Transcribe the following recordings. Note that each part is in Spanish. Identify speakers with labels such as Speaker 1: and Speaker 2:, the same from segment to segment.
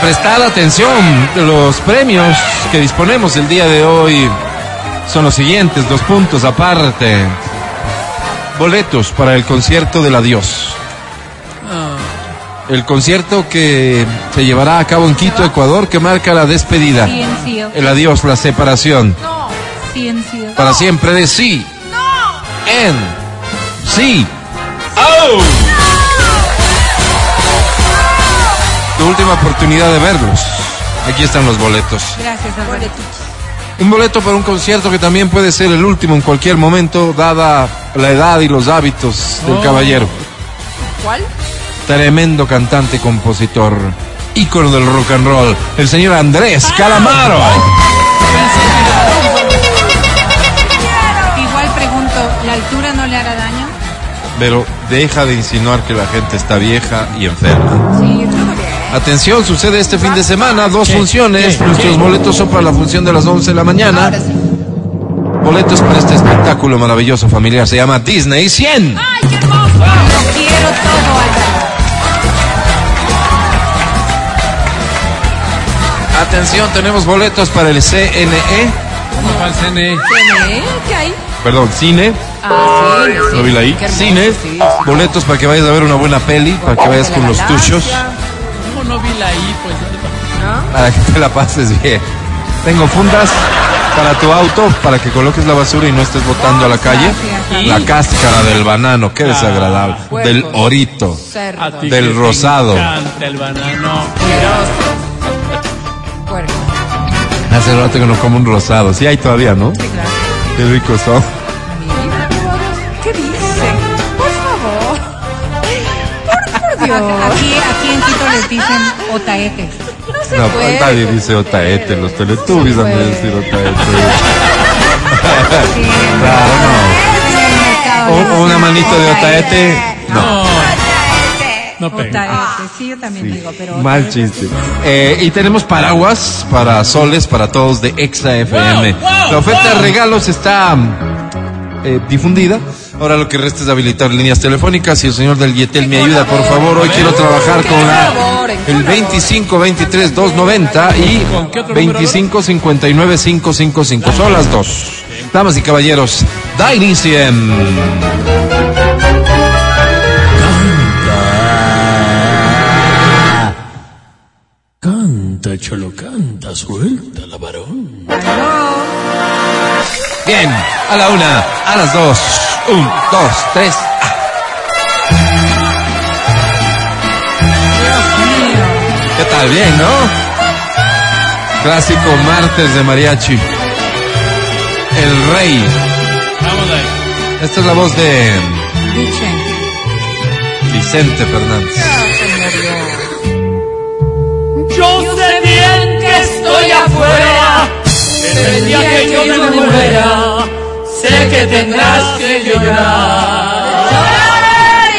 Speaker 1: prestar atención. Los premios que disponemos el día de hoy son los siguientes, dos puntos aparte. Boletos para el concierto del adiós. El concierto que se llevará a cabo en Quito, Ecuador, que marca la despedida.
Speaker 2: Ciencio.
Speaker 1: El adiós, la separación.
Speaker 2: Ciencio.
Speaker 1: Para siempre de sí. En. Sí. Tu última oportunidad de verlos. Aquí están los boletos.
Speaker 2: Gracias, Álvaro.
Speaker 1: Un boleto para un concierto que también puede ser el último en cualquier momento, dada la edad y los hábitos del caballero.
Speaker 3: ¿Cuál?
Speaker 1: Tremendo cantante, compositor, ícono del rock and roll, el señor Andrés Calamaro.
Speaker 2: Igual pregunto, ¿la altura no le hará daño?
Speaker 1: Pero deja de insinuar que la gente está vieja y enferma.
Speaker 2: Sí,
Speaker 1: Atención, sucede este fin de semana, dos funciones. Nuestros boletos son para la función de las 11 de la mañana.
Speaker 3: Ahora sí.
Speaker 1: Boletos para este espectáculo maravilloso familiar. Se llama Disney 100.
Speaker 2: ¡Ay, qué hermoso! Lo quiero todo, Álvaro.
Speaker 1: Atención, tenemos boletos para el CNE.
Speaker 3: ¿Tiene? ¿Qué hay?
Speaker 1: Perdón, cine.
Speaker 3: Ah, sí.
Speaker 1: Lo vi la I.
Speaker 3: Qué hermoso,
Speaker 1: Cine.
Speaker 3: sí.
Speaker 1: Boletos para que vayas a ver una buena peli, para que vayas con los tuyos,
Speaker 4: ¿Cómo no vi la I? Pues
Speaker 1: para que te la pases bien. Tengo fundas para tu auto, para que coloques la basura y no estés botando a
Speaker 3: Ah,
Speaker 1: la calle.
Speaker 2: Gracias,
Speaker 1: La cáscara del banano, qué desagradable.
Speaker 3: Puercos.
Speaker 1: Del orito.
Speaker 3: Cerdo.
Speaker 4: a ti
Speaker 1: Del
Speaker 4: que te
Speaker 1: rosado.
Speaker 4: encanta el banano.
Speaker 3: Puerco.
Speaker 1: Hace rato que no como un rosado. Sí hay todavía, ¿no?
Speaker 3: Sí, claro.
Speaker 1: Qué ricos son.
Speaker 3: Mira, ¿Qué dice? Por favor. Por,
Speaker 2: A-
Speaker 3: por Dios.
Speaker 2: Aquí, aquí en Quito les dicen otaete.
Speaker 3: No se
Speaker 1: No, pues,
Speaker 3: puede.
Speaker 1: nadie dice otaete. Los teletubbies han de
Speaker 3: puede.
Speaker 1: decir otaete.
Speaker 2: Sí, en
Speaker 1: Claro, no.
Speaker 2: el mercado
Speaker 1: O-
Speaker 2: les
Speaker 1: o una
Speaker 2: dicen
Speaker 1: manito de otaete. No.
Speaker 4: No pega.
Speaker 2: Otaete, sí, yo también digo, pero...
Speaker 1: Mal chiste. Eh, y tenemos paraguas para soles, para todos de Exa FM.
Speaker 4: Wow, wow,
Speaker 1: La oferta de
Speaker 4: wow.
Speaker 1: regalos está mm, eh, difundida. Ahora lo que resta es habilitar líneas telefónicas. Y el señor del Yetel me ayuda, por favor. Hoy quiero trabajar con la,
Speaker 3: colaboren,
Speaker 1: el 25 23 290 y
Speaker 4: ¿Con qué otro número,
Speaker 1: 25 59 555. Son las dos. Damas y caballeros, da inicio. en-
Speaker 5: Canta, cholo, canta, suelta la varón.
Speaker 1: Bien, a la una, a las dos, un, dos, tres. ah. ¿Qué tal? Bien, ¿no? Clásico martes de mariachi. El rey.
Speaker 4: Vamos ahí.
Speaker 1: Esta es la voz de
Speaker 2: Dicen.
Speaker 1: Vicente Fernández.
Speaker 4: Yo sé bien que estoy afuera. Desde el día que yo me muera, sé que tendrás que llorar.
Speaker 3: Llorar y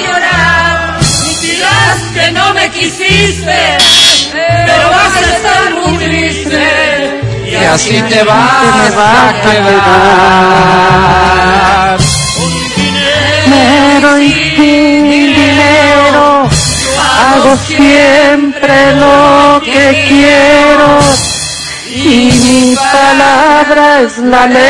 Speaker 3: llorar.
Speaker 4: Dirás que no me quisiste, pero vas a estar muy triste. Y así te vas a quedar. Dinero y sin dinero, hago siempre lo que quiero. Y mi palabra es la ley.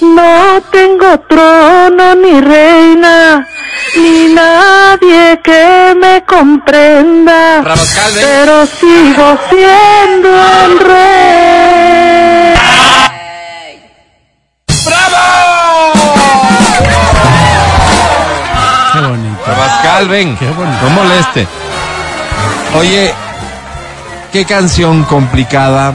Speaker 6: No tengo trono ni reina, ni nadie que me comprenda,
Speaker 1: Rabascal, ven.
Speaker 6: pero sigo siendo el rey.
Speaker 5: Qué bonito.
Speaker 1: Rabascal, ven.
Speaker 5: Ah, Qué bonito.
Speaker 1: No moleste. Oye, qué canción complicada,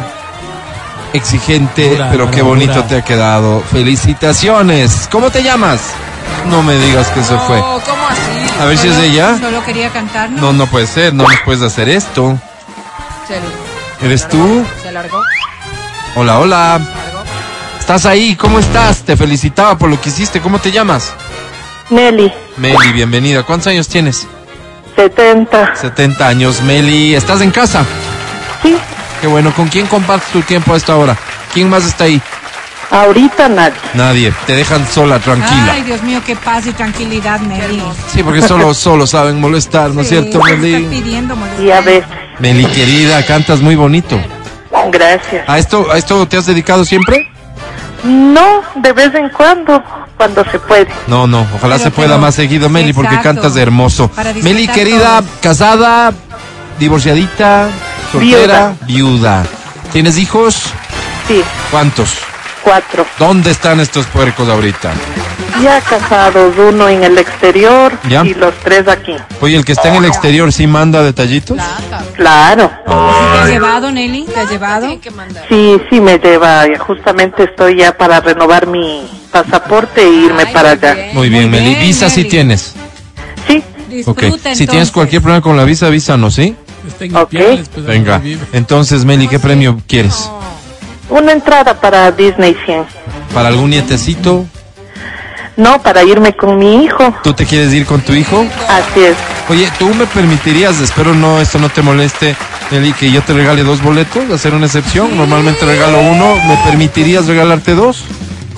Speaker 1: exigente,
Speaker 5: Dura,
Speaker 1: pero qué
Speaker 5: pero
Speaker 1: bonito
Speaker 5: dura.
Speaker 1: te ha quedado. Felicitaciones. ¿Cómo te llamas? No me digas que se fue.
Speaker 3: No, ¿cómo así?
Speaker 1: A ver si es de ella.
Speaker 2: Solo quería cantar, ¿no?
Speaker 1: No, no puede ser, no nos puedes hacer esto.
Speaker 3: Se,
Speaker 1: ¿Eres tú?
Speaker 3: se largó.
Speaker 1: Hola, hola. ¿Estás ahí? ¿Cómo estás? Te felicitaba por lo que hiciste. ¿Cómo te llamas?
Speaker 6: Nelly,
Speaker 1: Meli, bienvenida. ¿Cuántos años tienes?
Speaker 6: 70.
Speaker 1: 70 años, Meli. ¿Estás en casa?
Speaker 6: Sí,
Speaker 1: Qué bueno. ¿Con quién compartes tu tiempo a esta hora? ¿Quién más está ahí?
Speaker 6: Ahorita nadie.
Speaker 1: Nadie. Te dejan sola, tranquila.
Speaker 2: Ay, Dios mío, qué paz y tranquilidad, Meli.
Speaker 1: Sí, porque solo, solo saben molestar, ¿no es cierto,
Speaker 2: Sí, Están
Speaker 1: Meli?
Speaker 2: pidiendo
Speaker 6: Y a
Speaker 2: molestar.
Speaker 6: veces.
Speaker 1: Meli, querida, cantas muy bonito.
Speaker 6: Gracias.
Speaker 1: ¿A esto, ¿A esto te has dedicado siempre?
Speaker 6: No, de vez en cuando, cuando se puede.
Speaker 1: No, no, ojalá
Speaker 2: Pero
Speaker 1: se pueda
Speaker 2: tengo-
Speaker 1: más seguido, Meli, porque
Speaker 2: Exacto.
Speaker 1: cantas de hermoso.
Speaker 2: Para disfrutar
Speaker 1: Meli, querida,
Speaker 2: todos.
Speaker 1: casada, divorciadita, soltera, viuda. ¿Tienes hijos?
Speaker 6: Sí,
Speaker 1: ¿Cuántos?
Speaker 6: cuatro.
Speaker 1: ¿Dónde están estos puercos ahorita?
Speaker 6: Ya casados, uno en el exterior
Speaker 1: Ya.
Speaker 6: y los tres aquí.
Speaker 1: Oye, el que está en el exterior, ¿sí manda detallitos?
Speaker 6: Claro.
Speaker 2: ¿Te has llevado, Nelly? ¿Te has llevado?
Speaker 3: Tiene que mandar.
Speaker 6: Sí, sí me lleva. Justamente estoy ya para renovar mi pasaporte e irme
Speaker 3: Ay,
Speaker 6: para
Speaker 3: muy
Speaker 6: allá.
Speaker 3: bien.
Speaker 1: Muy bien,
Speaker 2: Muy
Speaker 1: Meli.
Speaker 2: bien,
Speaker 1: Visa sí
Speaker 2: Meli.
Speaker 1: tienes.
Speaker 6: Sí,
Speaker 1: Ok.
Speaker 2: Disfruta,
Speaker 1: Si tienes
Speaker 2: entonces.
Speaker 1: cualquier problema con la visa, avísanos, ¿sí?
Speaker 5: Está
Speaker 6: Ok.
Speaker 5: iniciales, pues,
Speaker 1: Venga.
Speaker 5: ahí vive.
Speaker 1: Entonces, Meli, ¿qué premio quieres?
Speaker 6: una entrada para Disney 100.
Speaker 1: ¿Para algún nietecito?
Speaker 6: No, para irme con mi hijo.
Speaker 1: ¿Tú te quieres ir con tu hijo?
Speaker 6: Así es.
Speaker 1: Oye, ¿tú me permitirías, espero no, esto no te moleste, Nelly, que yo te regale dos boletos, hacer una excepción? Normalmente regalo uno, ¿me permitirías regalarte dos?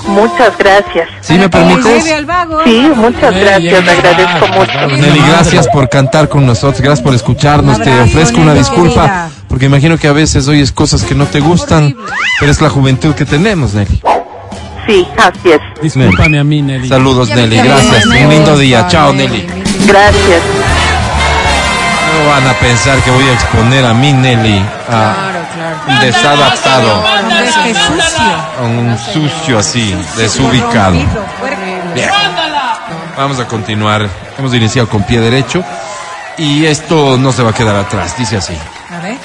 Speaker 6: Muchas gracias.
Speaker 1: ¿Sí me
Speaker 2: Para que le
Speaker 1: permites?
Speaker 2: lleve al vago.
Speaker 6: Sí, muchas gracias. Le agradezco mucho.
Speaker 1: Nelly, gracias por cantar con nosotros, gracias por escucharnos, te
Speaker 2: Abrazo,
Speaker 1: ofrezco una
Speaker 2: Nelly,
Speaker 1: disculpa,
Speaker 2: querida.
Speaker 1: porque imagino que a veces oyes cosas que no te gustan, pero es la juventud que tenemos, Nelly.
Speaker 6: Sí, así es.
Speaker 5: Discúlpame a mí, Nelly.
Speaker 1: Saludos, Nelly, gracias, un lindo día, chao, Nelly.
Speaker 6: Gracias.
Speaker 1: No van a pensar que voy a exponer a mi Nelly a
Speaker 3: Claro, claro.
Speaker 1: un desadaptado,
Speaker 2: Hombre, este sucio.
Speaker 1: a un sucio así, desubicado.
Speaker 2: Corrompido, puerco.
Speaker 1: Bien. Vamos a continuar. Hemos iniciado con pie derecho y esto no se va a quedar atrás. Dice así.
Speaker 2: A ver.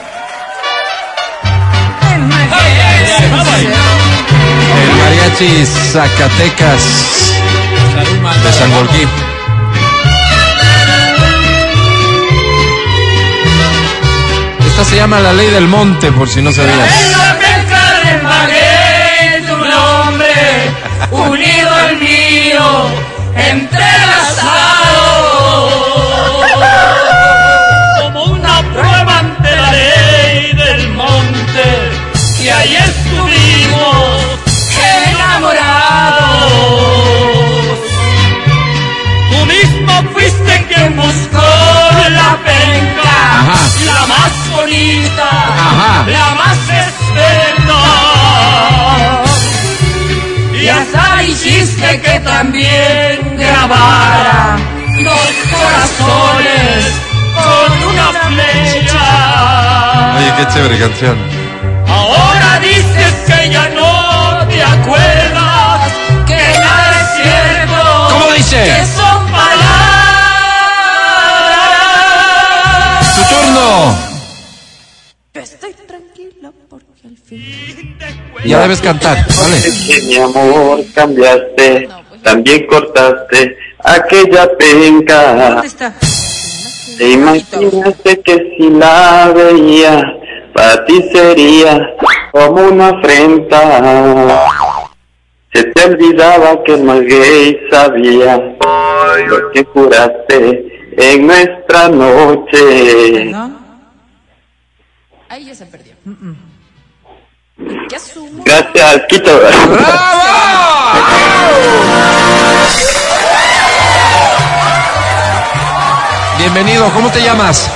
Speaker 1: El mariachi Zacatecas de San Gorgui. Esta se llama la ley del monte, por si no sabías.
Speaker 4: Carmagué tu nombre, unido al mío, entrelazado. Como una prueba ante la ley del monte, y ahí estuvimos enamorados. Tú mismo fuiste quien buscó la penca,
Speaker 1: Ajá.
Speaker 4: la más bonita,
Speaker 1: Ajá.
Speaker 4: la más experta. Y hasta hiciste que también grabara dos corazones con una flecha.
Speaker 1: Oye, qué chévere canción.
Speaker 4: Ahora dices que ya no te acuerdas, que nada es cierto.
Speaker 1: ¿Cómo dice?
Speaker 4: Que son palabras.
Speaker 1: ¡Tu turno!
Speaker 3: Estoy tranquila porque al fin.
Speaker 1: Ya debes cantar, ¿vale?
Speaker 7: que Este, mi amor cambiaste, también cortaste aquella penca.
Speaker 2: ¿Dónde está?
Speaker 7: Ah. Te imaginaste que si la veía, para ti sería como una afrenta. Se te olvidaba que el maguey sabía lo que curaste en nuestra noche.
Speaker 2: ¿No?
Speaker 3: Ahí ya se perdió. ¿Qué asumo?
Speaker 7: Gracias, Quito.
Speaker 1: Bienvenido, ¿cómo te llamas?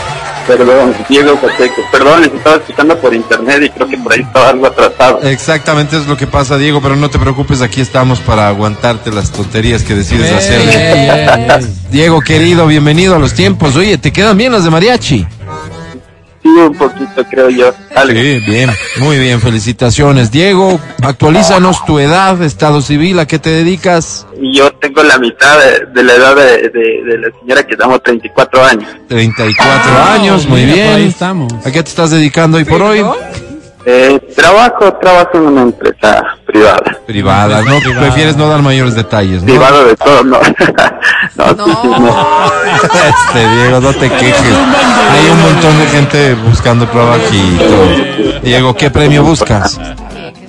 Speaker 7: Perdón, Diego Pacheco. Perdón, les estaba escuchando por internet y creo que por ahí estaba algo atrasado.
Speaker 1: Exactamente es lo que pasa, Diego, pero no te preocupes, aquí estamos para aguantarte las tonterías que decides hacer. Diego, querido, bienvenido a los tiempos. Oye, ¿te quedan bien las de mariachi?
Speaker 7: Sí, un poquito creo yo. Algo.
Speaker 1: Sí, bien, muy bien, felicitaciones. Diego, actualízanos tu edad, estado civil, a qué te dedicas.
Speaker 7: Y yo tengo la mitad de, de la edad de, de- de la señora que damos 34 años.
Speaker 1: 34 años, muy
Speaker 5: mira, por ahí
Speaker 1: bien.
Speaker 5: estamos.
Speaker 1: ¿A qué te estás dedicando hoy por hoy?
Speaker 7: Eh, trabajo, trabajo en una empresa privada.
Speaker 1: Privada, ¿no? Prefieres no dar mayores detalles, ¿no?
Speaker 7: Privado de todo, no. no, sí, sí, no.
Speaker 1: Este Diego, no te quejes. Hay un montón de gente buscando trabajito. Diego, ¿qué premio buscas?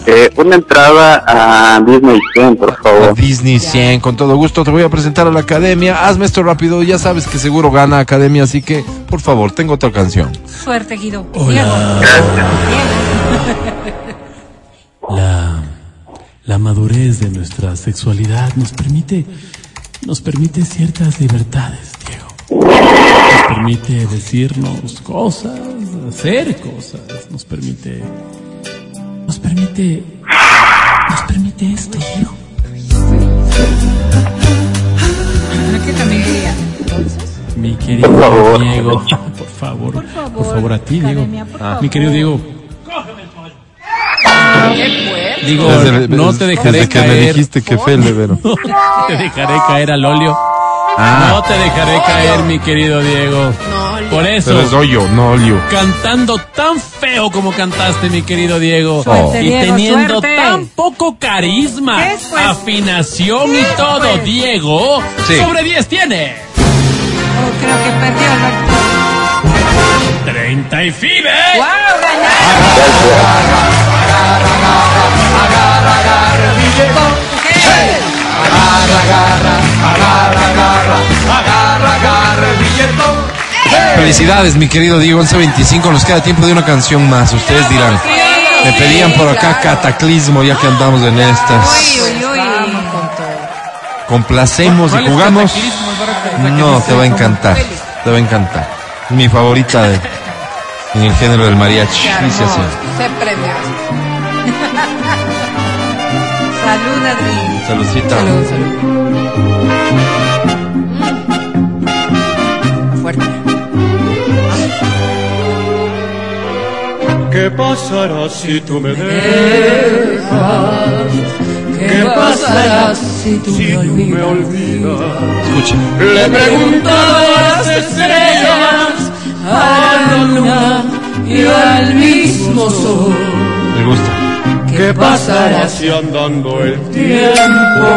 Speaker 7: Eh, una entrada a Disney Channel, por
Speaker 1: A
Speaker 7: favor.
Speaker 1: Disney 100, con todo gusto te voy a presentar a la academia. Hazme esto rápido, ya sabes que seguro gana academia, así que por favor, tengo otra canción.
Speaker 2: Suerte, Guido. Diego.
Speaker 7: Gracias.
Speaker 5: La, La madurez de nuestra sexualidad nos permite, nos permite ciertas libertades, Diego. Nos permite decirnos cosas, hacer cosas, nos permite, nos permite, nos permite esto, Diego.
Speaker 2: ¿Para qué también quería?
Speaker 5: Mi querido
Speaker 7: favor.
Speaker 5: Diego, por favor, por favor, a ti,
Speaker 8: academia,
Speaker 5: Diego. Ah,
Speaker 8: por favor.
Speaker 5: Mi querido Diego,
Speaker 3: Qué fuerte.
Speaker 5: digo,
Speaker 1: Desde-
Speaker 5: no
Speaker 1: desde
Speaker 5: te dejaré
Speaker 1: que
Speaker 5: caer.
Speaker 1: me dijiste que fue el levero.
Speaker 5: Te dejaré caer al óleo.
Speaker 2: Ah.
Speaker 1: Ah,
Speaker 5: No te dejaré caer, mi querido Diego. Por
Speaker 1: Pero es
Speaker 5: eso,
Speaker 1: hoyo, no olio.
Speaker 5: cantando tan feo como cantaste, mi querido Diego.
Speaker 2: Suerte,
Speaker 5: Y
Speaker 2: Diego,
Speaker 5: teniendo
Speaker 2: suerte.
Speaker 5: tan poco carisma,
Speaker 2: ¿Qué es, pues?
Speaker 5: afinación y
Speaker 2: ¿Qué,
Speaker 5: todo,
Speaker 2: pues?
Speaker 5: Diego.
Speaker 1: Sí.
Speaker 5: Sobre 10 tiene.
Speaker 2: Oh, creo que perdió el
Speaker 5: 30 y FIBE.
Speaker 2: ¡Wow! ¡Ganaron!
Speaker 1: Felicidades, mi querido Diego. 11.25, nos queda tiempo de una canción más. Ustedes dirán, me pedían por acá cataclismo ya que andamos en
Speaker 2: Uy,
Speaker 1: estas.
Speaker 2: uy, uy.
Speaker 1: Complacemos y jugamos. No, te va a encantar. Te va a encantar. Mi favorita de- en el género del mariachi. Dice así.
Speaker 3: Se premió.
Speaker 2: Salud, Adri.
Speaker 1: Saludcita.
Speaker 3: Salud, salud. Mm. Fuerte.
Speaker 4: ¿Qué pasará si tú me dejas? ¿Qué pasará si tú me olvidas?
Speaker 1: Escucha.
Speaker 4: Le pregunto a las estrellas, a la luna y al mismo sol.
Speaker 1: Me gusta.
Speaker 4: ¿Qué pasará si andando el tiempo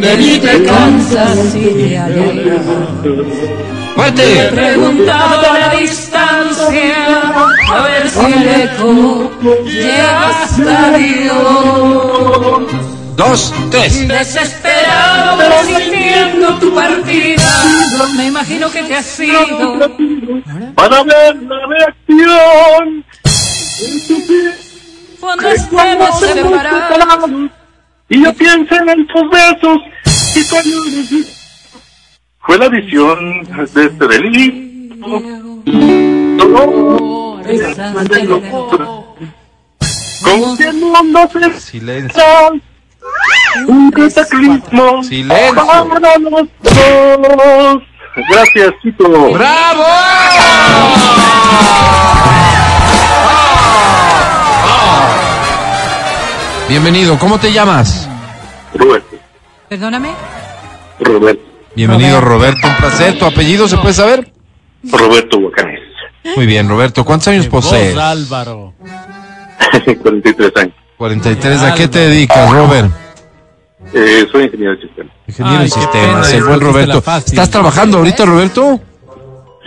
Speaker 4: de mí te cansas y te alejas?
Speaker 1: ¡Fuerte!
Speaker 4: Preguntado a la distancia, a ver si el eco llega hasta Dios.
Speaker 1: Dos, tres.
Speaker 4: Desesperado sintiendo tu partida, me imagino que te has ido.
Speaker 7: Para ver la reacción.
Speaker 3: Cuando estemos
Speaker 4: Ah.
Speaker 3: separados.
Speaker 7: Y yo pienso en tus besos y tu ayuda. Fue la visión de este delito. Dolor, de locura. Con que el mundo se
Speaker 1: Silencio.
Speaker 7: está un
Speaker 4: Ah.
Speaker 7: cataclismo
Speaker 1: Silencio.
Speaker 7: para los dos. Gracias, chicos.
Speaker 1: ¡Bravo! Bienvenido, ¿cómo te llamas?
Speaker 7: Roberto.
Speaker 2: Perdóname.
Speaker 7: Roberto.
Speaker 1: Bienvenido Roberto, un placer. ¿Tu apellido se puede saber?
Speaker 7: Roberto Huacanes.
Speaker 1: Muy bien, Roberto. ¿Cuántos años posees?
Speaker 5: Vos, Álvaro.
Speaker 7: 43 años.
Speaker 1: 43. ¿A qué te dedicas, Robert?
Speaker 7: Eh, soy ingeniero de sistemas.
Speaker 1: Ingeniero
Speaker 5: Ay,
Speaker 1: en
Speaker 5: qué
Speaker 1: sistemas,
Speaker 5: pena,
Speaker 1: el buen
Speaker 5: escogiste
Speaker 1: Roberto.
Speaker 5: la ¿Eh? fácil.
Speaker 1: ¿Estás trabajando ahorita, Roberto?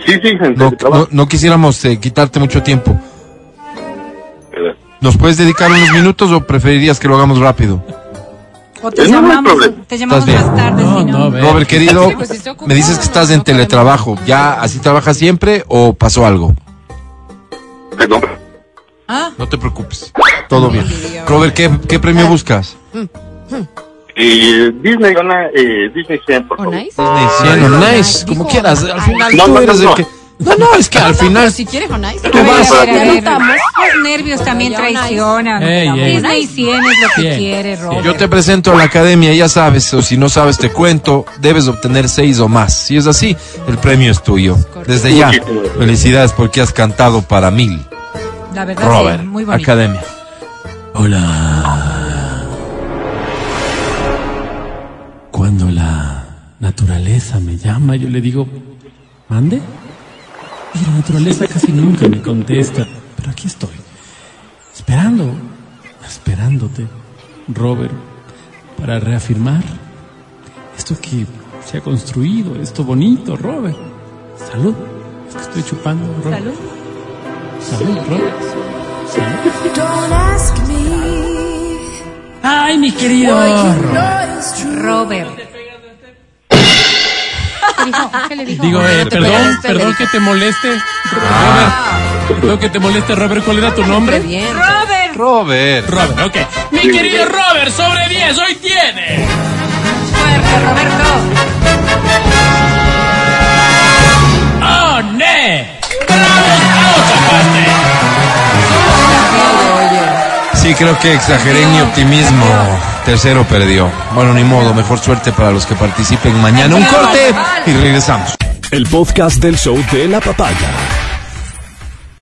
Speaker 7: Sí, sí, gente.
Speaker 1: No, no- no quisiéramos eh, quitarte mucho tiempo. ¿Nos puedes dedicar unos minutos o preferirías que lo hagamos rápido?
Speaker 2: O te
Speaker 7: Eh, no, no hay
Speaker 2: llamamos,
Speaker 7: problema.
Speaker 2: te llamamos
Speaker 1: Estás
Speaker 2: más tarde,
Speaker 5: No,
Speaker 2: si
Speaker 5: no,
Speaker 2: no.
Speaker 5: ve.
Speaker 1: Robert, querido,
Speaker 3: Sí, pues, estoy ocupado,
Speaker 1: me dices que estás en
Speaker 3: no podemos.
Speaker 1: teletrabajo. ¿Ya así trabajas siempre o pasó algo?
Speaker 7: Perdón.
Speaker 2: Ah,
Speaker 1: No te preocupes. Todo bien. Robert, ¿qué, qué premio buscas?
Speaker 7: Eh, Disney, una, eh, Disney 100, por
Speaker 3: ¿O
Speaker 7: favor.
Speaker 3: nice?
Speaker 1: Disney Channel,
Speaker 3: no, no,
Speaker 1: nice,
Speaker 3: dijo
Speaker 1: como quieras. Al
Speaker 3: nice.
Speaker 1: final
Speaker 7: No,
Speaker 1: tú
Speaker 7: no, no,
Speaker 1: eres el
Speaker 7: no.
Speaker 1: que. No, no, es que al final.
Speaker 3: Pero si quieres, o nice.
Speaker 7: Tú
Speaker 2: a ver,
Speaker 7: vas
Speaker 2: a
Speaker 7: para
Speaker 2: ver, a
Speaker 7: ti.
Speaker 2: ver.
Speaker 3: Anotamos.
Speaker 2: Los nervios también
Speaker 3: Yo nice.
Speaker 2: traicionan.
Speaker 5: Ey, ey.
Speaker 2: Disney 100 es lo que
Speaker 5: Bien.
Speaker 2: quiere, Robert.
Speaker 1: Yo te presento a la academia, ya sabes, o si no sabes, te cuento. Debes obtener seis o más. Si es así, el premio es tuyo. Desde ya,
Speaker 7: Muchísimas gracias.
Speaker 1: felicidades porque has cantado para mil.
Speaker 2: La verdad,
Speaker 1: Robert,
Speaker 2: sí, muy bonito.
Speaker 1: academia.
Speaker 5: Hola. Cuando la naturaleza me llama, yo le digo, ¿mande? Y la naturaleza casi nunca me contesta, pero aquí estoy, esperando, esperándote, Robert, para reafirmar esto que se ha construido, esto bonito, Robert. Salud, es que estoy chupando, Robert.
Speaker 2: Salud.
Speaker 5: Salud, Robert. Ay, mi querido.
Speaker 2: Robert.
Speaker 5: Digo, eh, perdón, perdón que te moleste, Robert. Perdón que te moleste, Robert. ¿Cuál era tu nombre?
Speaker 3: Bien.
Speaker 2: Robert.
Speaker 1: Robert.
Speaker 5: Robert, ok. Mi Mi querido Robert, sobre 10, hoy tiene.
Speaker 2: Fuerte, Roberto.
Speaker 5: ¡One! ¡Bravos a Ocapate!
Speaker 1: Sí, creo que exageré en mi optimismo. Tercero perdió. Bueno, ni modo, mejor suerte para los que participen mañana. Un corte y regresamos.
Speaker 8: El podcast del show de la papaya.